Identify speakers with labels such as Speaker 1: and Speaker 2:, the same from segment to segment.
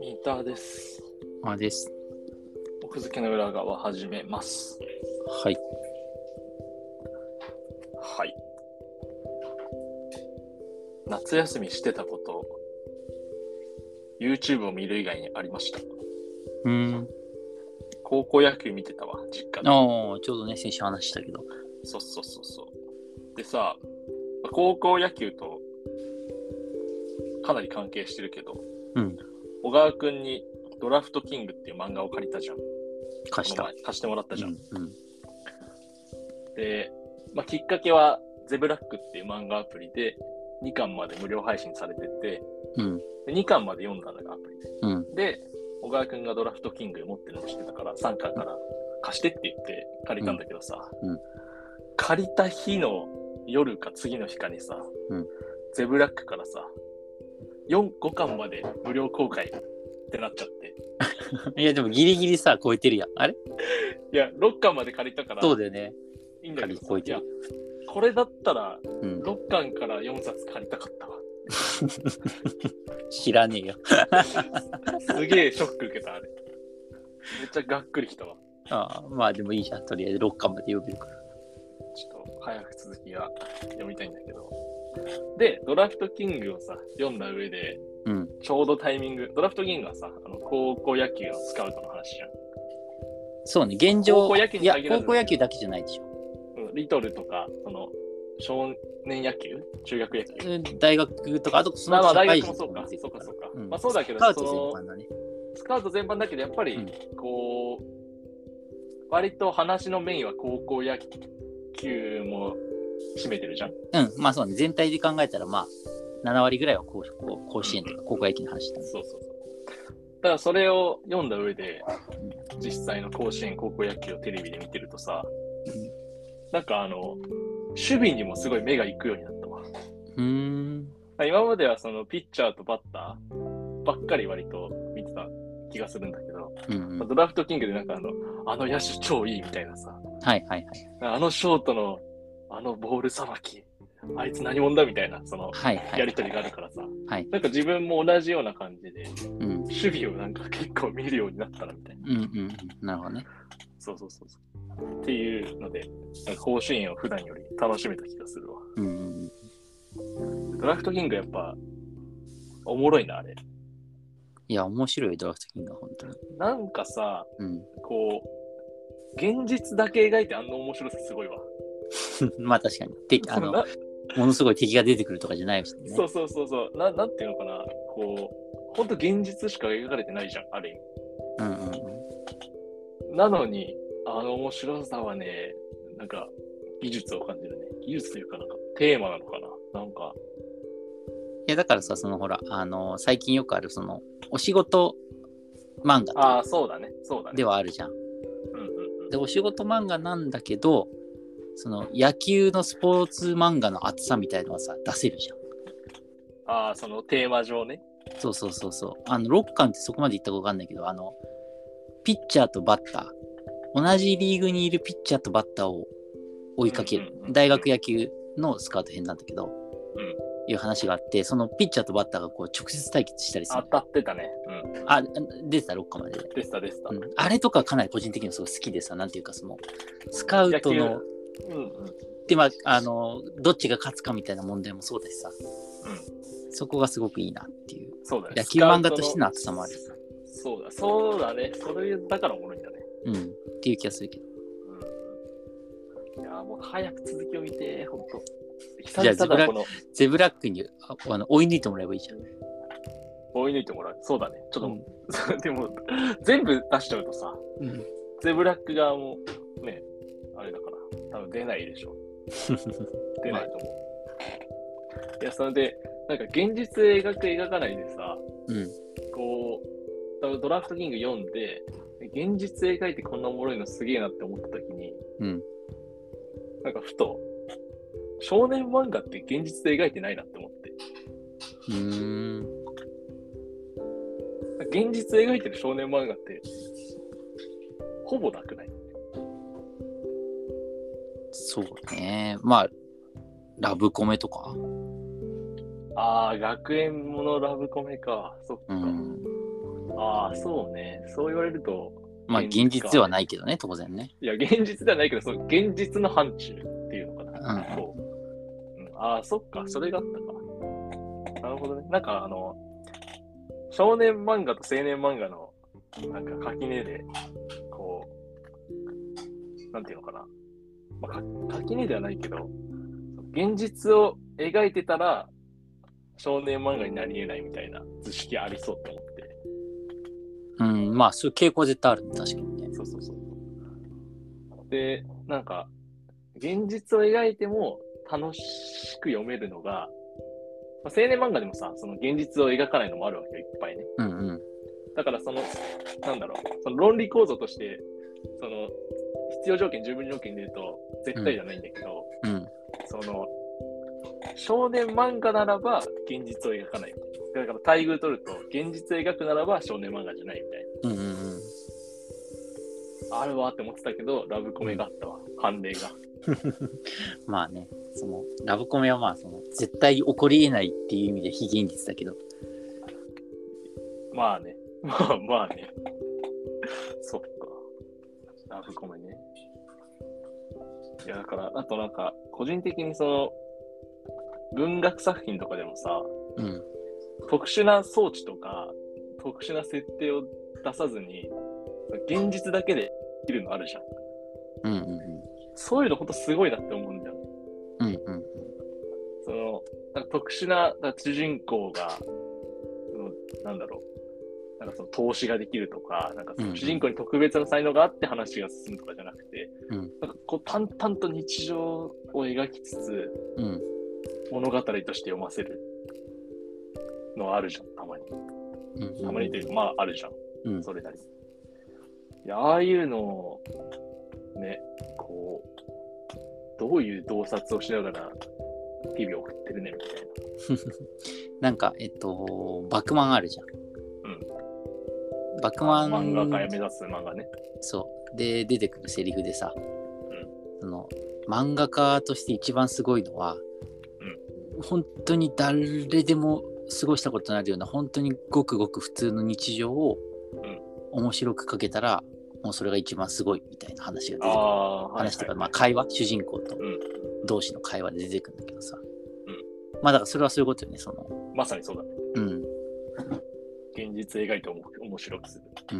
Speaker 1: ミーターです。
Speaker 2: あです。
Speaker 1: 奥付けの裏側始めます。
Speaker 2: はい。
Speaker 1: はい。夏休みしてたこと、YouTube を見る以外にありました。
Speaker 2: うーん。
Speaker 1: 高校野球見てたわ、実家で。
Speaker 2: ああ、ちょうどね、先週話したけど。
Speaker 1: そうそうそうそう。でさ、高校野球とかなり関係してるけど、
Speaker 2: うん。
Speaker 1: 小川くんにドラフトキングっていう漫画を借りたじゃん。
Speaker 2: 貸し
Speaker 1: こ
Speaker 2: た
Speaker 1: の。前貸してもらったじゃん。
Speaker 2: うん。うん
Speaker 1: で、まあ、きっかけは、ゼブラックっていう漫画アプリで、2巻まで無料配信されてて、
Speaker 2: うん。
Speaker 1: で2巻まで読んだのがアプリ
Speaker 2: う
Speaker 1: で。
Speaker 2: ん。
Speaker 1: で、小川くんがドラフトキング持ってるの知ってたから、3巻から貸してって言って借りたんだけどさ、
Speaker 2: うんうん
Speaker 1: 借りた日の夜か次の日かにさ、
Speaker 2: うん
Speaker 1: ゼブラックからさ、4、5巻まで無料公開ってなっちゃって、
Speaker 2: いや、でもギリギリさ、超えてるやん。あれ
Speaker 1: いや、6巻まで借りたから、
Speaker 2: そうだよね。
Speaker 1: いいんだけど
Speaker 2: 借り
Speaker 1: さ
Speaker 2: 超えて
Speaker 1: いや
Speaker 2: る。
Speaker 1: これだったら、
Speaker 2: うん。
Speaker 1: 6巻から4冊借りたかったわ。
Speaker 2: 知らねえよ。
Speaker 1: すげえショック受けた、あれ。めっちゃがっくりきたわ。
Speaker 2: ああ、まあでもいいじゃん。とりあえず6巻まで読めるから。
Speaker 1: ちょっと早く続きが読みたいんだけど。で、ドラフトキングをさ、読んだ上で、
Speaker 2: うん。
Speaker 1: ちょうどタイミング、ドラフトキングはさ、あの高校野球のスカウトの話じゃん。
Speaker 2: そうね、現状。
Speaker 1: 高校野球に
Speaker 2: いや
Speaker 1: 限、らず
Speaker 2: 高校野球だけじゃないでしょ。
Speaker 1: うんリトルとか、その、少年野球中学野球
Speaker 2: うん大学とか、あとそ
Speaker 1: まあまあ
Speaker 2: の
Speaker 1: 大
Speaker 2: 社
Speaker 1: 学もそう
Speaker 2: 会人
Speaker 1: か、
Speaker 2: とも出
Speaker 1: そ
Speaker 2: て
Speaker 1: う
Speaker 2: る
Speaker 1: か、そ
Speaker 2: ら
Speaker 1: うか。
Speaker 2: うん
Speaker 1: まあそうだけど、
Speaker 2: スカウ
Speaker 1: その
Speaker 2: ト全般だね。
Speaker 1: スカウト全般だけど、やっぱり、
Speaker 2: うん
Speaker 1: こう、割と話のメインは高校野球も占めてるじゃん。
Speaker 2: うん、まあそうね、全体で考えたら、まあ、7割ぐらいは甲甲甲子園とか高校野球の話だね。
Speaker 1: そうそうそう。だからそれを読んだ上で、実際の甲子園、高校野球をテレビで見てるとさ、
Speaker 2: うん
Speaker 1: なんかあの、守備にもすごい目が行くようになったわ。
Speaker 2: うーん。
Speaker 1: 今まではそのピッチャーとバッターばっかり割と見てた気がするんだけど、
Speaker 2: うん、うん。
Speaker 1: ドラフトキングでなんかあの、あの野手超いいみたいなさ、
Speaker 2: はいはいはい。
Speaker 1: あのショートのあのボールさばき、あいつ何者だみたいな、その、
Speaker 2: はいはい。
Speaker 1: やりとりがあるからさ、
Speaker 2: はい
Speaker 1: なんか自分も同じような感じで、
Speaker 2: うん。うん
Speaker 1: 守備をなんか結構見るようになったなみたいな。
Speaker 2: うんうん。なるほどね。
Speaker 1: そうそうそうそう。っていうので、なんか甲子園を普段より楽しめた気がするわ。
Speaker 2: うんうんうん。
Speaker 1: ドラフトキングやっぱ、おもろいな、あれ。
Speaker 2: いや、面白いドラフトキングは本当に。
Speaker 1: なんかさ、
Speaker 2: うん。
Speaker 1: こう、現実だけ描いてあんな面白さすごいわ。
Speaker 2: まあ確かに。敵、あの、
Speaker 1: な
Speaker 2: ものすごい敵が出てくるとかじゃないしね。
Speaker 1: そうそうそうそうな。なんていうのかな、こう、ほんと現実しか描かれてないじゃん、ある意
Speaker 2: うんうんうん。
Speaker 1: 味。なのに、あの面白さはね、なんか、技術を感じるね。技術というか、なんか、テーマなのかな。なんか、
Speaker 2: いや、だからさ、そのほら、あの、最近よくある、その、お仕事漫画
Speaker 1: ああ、そうだね。そうだね。
Speaker 2: ではあるじゃん。
Speaker 1: うんうんうん
Speaker 2: で、お仕事漫画なんだけど、その野球のスポーツ漫画の厚さみたいのはさ、出せるじゃん。
Speaker 1: ああ、そのテーマ上ね。
Speaker 2: そうそうそうそう。あの、6巻ってそこまで言ったか分かんないけど、あの、ピッチャーとバッター、同じリーグにいるピッチャーとバッターを追いかける
Speaker 1: うんうんう。ん
Speaker 2: 大学野球のスカウト編なんだけど、
Speaker 1: ん
Speaker 2: いう話があって、そのピッチャーとバッターがこう直接対決したりす
Speaker 1: 当
Speaker 2: る。
Speaker 1: たってたね。うん。
Speaker 2: あ、出てた、6巻までで。
Speaker 1: でしたでした。
Speaker 2: う
Speaker 1: うん
Speaker 2: んあれとかかなり個人的にもすごい好きでさ、なんていうかその、スカウト
Speaker 1: 野
Speaker 2: の
Speaker 1: 球、うん。
Speaker 2: で、まあ、あの、どっちが勝つかみたいな問題もそうだしさ、そこがすごくいいなっていう。
Speaker 1: そうだね。
Speaker 2: 野球漫画としての厚さもある
Speaker 1: スカウトの。そうだ、そうだね。それだからおもろいんだね。
Speaker 2: うん、っていう気がするけど。
Speaker 1: うん。いやー、もう早く続きを見て、ほんと。久
Speaker 2: じゃあ
Speaker 1: 々だ、この、
Speaker 2: ゼブラックにああの追い抜いてもらえばいいじゃん。
Speaker 1: 追い抜いてもらう。そうだね。ちょっ と、でも、全部出しちゃうとさ、
Speaker 2: うん、
Speaker 1: ゼブラック側も、ね、あれだから、多分出ないで しょ。出ないと思う。いや、それで、なんか現実描く描かないでさ、
Speaker 2: うん、
Speaker 1: こう、ドラフトキング読んで、現実描いてこんなおもろいのすげえなって思った時に、
Speaker 2: うん。
Speaker 1: なんかふと、少年漫画って現実で描いてないなって思って。
Speaker 2: うーん。
Speaker 1: 現実描いてる少年漫画って、ほぼなくない
Speaker 2: そうね。まあ、ラブコメとか、
Speaker 1: ああ、学園ものラブコメか。そっか。
Speaker 2: うん、
Speaker 1: ああ、そうね。そう言われると、
Speaker 2: まあ
Speaker 1: 現実
Speaker 2: 現
Speaker 1: か
Speaker 2: 実ではないけどね、当然ね。
Speaker 1: いや、現実ではないけど、その現実の範疇っていうのかな。
Speaker 2: うん
Speaker 1: そううんああ、そっか。それがあったか。なるほどね。なんか、あの、少年漫画と青年漫画の、なんか垣根で、こう、なんていうのかな。まあ、か垣根ではないけど、現実を描いてたら、少年漫画になり得ないみたいな図式ありそうって思って。
Speaker 2: うん、まあそういう傾向は絶対あるね、確かにね。
Speaker 1: そうそうそう。で、なんか、現実を描いても楽しく読めるのが、まあ、青年漫画でもさ、その現実を描かないのもあるわけよ、いっぱいね。
Speaker 2: うんうん。
Speaker 1: だから、その、なんだろう、その論理構造として、その、必要条件、十分条件で言うと、絶対じゃないんだけど、
Speaker 2: うん。
Speaker 1: その、少年漫画ならば現実を描かないみたいな。だから、待遇取ると、現実を描くならば少年漫画じゃないみたいな。
Speaker 2: うんうんうん。
Speaker 1: あるわって思ってたけど、ラブコメがあったわ、判例が。
Speaker 2: まあね、そのラブコメはまあその絶対起こり得ないっていう意味で非現実だけど、
Speaker 1: まあね。 まあまあね。そっか。ラブコメね。いや、だから、あとなんか、個人的にその、文学作品とかでもさ、
Speaker 2: うん。
Speaker 1: 特殊な装置とか、特殊な設定を出さずに、現実だけでできるのあるじゃん。
Speaker 2: うんうんうん。
Speaker 1: そういうのほんとすごいなって思うんだよね。
Speaker 2: うんうん
Speaker 1: そのなんか特殊ななんか主人公が、うんなんだろう、なんかその投資ができるとか、なんかそ
Speaker 2: うんう
Speaker 1: の
Speaker 2: ん
Speaker 1: 主人公に特別な才能があって話が進むとかじゃなくて、
Speaker 2: うん
Speaker 1: なんかこう淡々と日常を描きつつ、
Speaker 2: うん。うん。
Speaker 1: 物語として読ませるのはあるじゃん、たまに。
Speaker 2: うんうん
Speaker 1: たまにというか、まああるじゃん、
Speaker 2: うん
Speaker 1: それなりに。いや、ああいうのを、ね、こう、どういう洞察をしながら、日々送ってるね、みたいな。
Speaker 2: なんか、えっと、バクマンあるじゃん。うん。バクマン、
Speaker 1: 漫画家を目指す漫画ね。
Speaker 2: そう。で、出てくるセリフでさ、その、漫画家として一番すごいのは、本当に誰でも過ごしたことのあるような、本当にごくごく普通の日常を、
Speaker 1: ん
Speaker 2: 面白く描けたら、もうそれが一番すごいみたいな話が出てく
Speaker 1: あ
Speaker 2: る。
Speaker 1: あ、はいはい
Speaker 2: 話とか、まあ、会話主人公と
Speaker 1: うん
Speaker 2: 同士の会話で出てくるんだけどさ、
Speaker 1: うん
Speaker 2: まあだからそれはそういうことよねその
Speaker 1: まさにそうだね。
Speaker 2: うん
Speaker 1: 現実描いておも面白くする。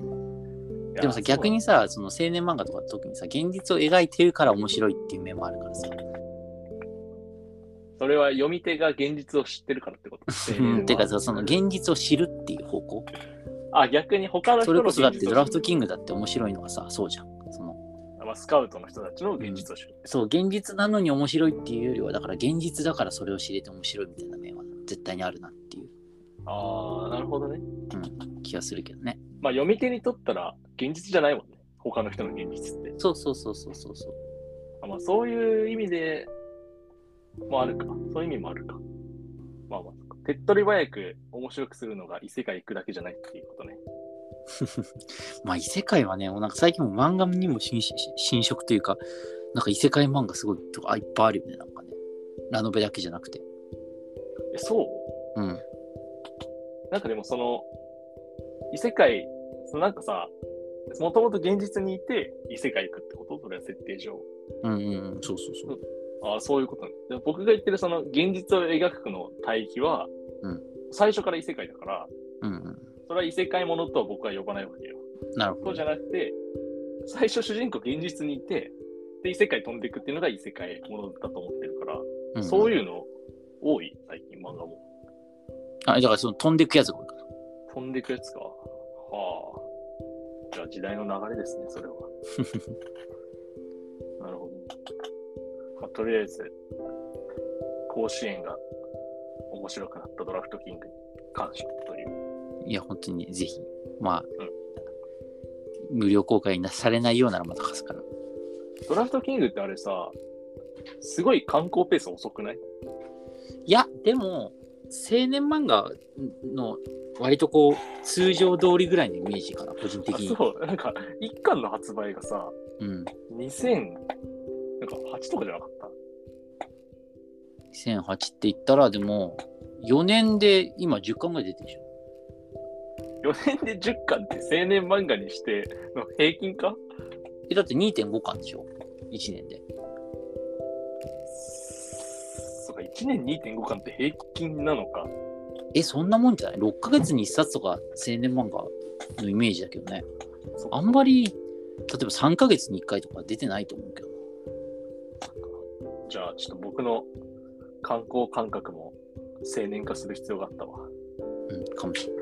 Speaker 2: うんうん
Speaker 1: いや
Speaker 2: でもさ逆。
Speaker 1: そ
Speaker 2: にさその青年漫画とか特にさ現実を描いてるから面白いっていう面もあるからさ、
Speaker 1: うだそれは読み手が現実を知ってるからってこと。青年
Speaker 2: う
Speaker 1: は
Speaker 2: ん、てかさその現実を知るっていう方向
Speaker 1: あ、逆に他の
Speaker 2: そ
Speaker 1: 人
Speaker 2: れ
Speaker 1: の
Speaker 2: こ
Speaker 1: 現実を
Speaker 2: そだっ
Speaker 1: 知
Speaker 2: て
Speaker 1: る
Speaker 2: ドラフトキングだって面白いのがさそうじゃんその
Speaker 1: まあ、スカウトの人たちの現実を知る。
Speaker 2: そう現実なのに面白いっていうよりはだから現実だからそれを知れて面白いみたいな面は絶対にあるなっていう
Speaker 1: ああ、なるほどね。
Speaker 2: 気がするけどね
Speaker 1: まあ、読み手にとったら現実じゃないもんね。他の人の現実って。
Speaker 2: そうそうそうそうそうそう
Speaker 1: あまあ、そういう意味でもあるか。そういう意味もあるか。まあまあ、手っ取り早く面白くするのが異世界行くだけじゃないっていうことね。
Speaker 2: まあ異世界はね、もうなんか最近も漫画にも侵し侵食というか、なんか異世界漫画すごいとかあいっぱいあるよね、なんかね。ラノベだけじゃなくて。
Speaker 1: え、そう
Speaker 2: うん。
Speaker 1: なんかでもその、異世界、そのなんかさ、もともと現実にいて異世界行くってことそれは設定上。
Speaker 2: うんうんうん、そうそうそう。
Speaker 1: ああ、そういうことね。で僕が言ってるその現実を描くの対比は、
Speaker 2: うん
Speaker 1: 最初から異世界だから、
Speaker 2: うんう
Speaker 1: それは異世界ものとは僕は呼ばないわけよ。
Speaker 2: ん。なるほ
Speaker 1: そう
Speaker 2: ど
Speaker 1: じ。ゃなくて、最初主人公現実にいて、で、異世界飛んでいくっていうのが異世界ものだと思ってるから、
Speaker 2: うん
Speaker 1: そう
Speaker 2: うん。
Speaker 1: いうの多い、最近漫画も。
Speaker 2: あ、だからその飛んでいくやつが多いから。
Speaker 1: 飛んでいくやつか。はあ。じゃあ時代の流れですね、それは。なるほど、ね。まあ、とりあえず、甲子園が面白くなったドラフトキングに感謝という。
Speaker 2: いや、本当にぜひ。まあ、
Speaker 1: うん
Speaker 2: 無料公開にされないようならまた貸すから。
Speaker 1: ドラフトキングってあれさ、すごい観光ペース遅くない
Speaker 2: いや、でも、青年漫画の割とこう、通常通りぐらいのイメージかな、個人的
Speaker 1: あ
Speaker 2: に。
Speaker 1: そう、なんか、一巻の発売がさ、
Speaker 2: うん。
Speaker 1: 2008とかじゃなかった
Speaker 2: 2008って言ったら、でも、4年で今10巻ぐらい出てるでしょ。
Speaker 1: 4年で10巻って青年漫画にしての平均か
Speaker 2: え、だって2.5巻でしょ ?1 年で。
Speaker 1: そうか、1年2.5巻って平均なのか。
Speaker 2: え、そんなもんじゃない ?6 ヶ月に1冊とか青年漫画のイメージだけどね。
Speaker 1: そっか
Speaker 2: あんまり、例えば3ヶ月に1回とか出てないと思うけど。
Speaker 1: じゃあ、ちょっと僕の観光感覚も青年化する必要があったわ。
Speaker 2: うん、かもしれ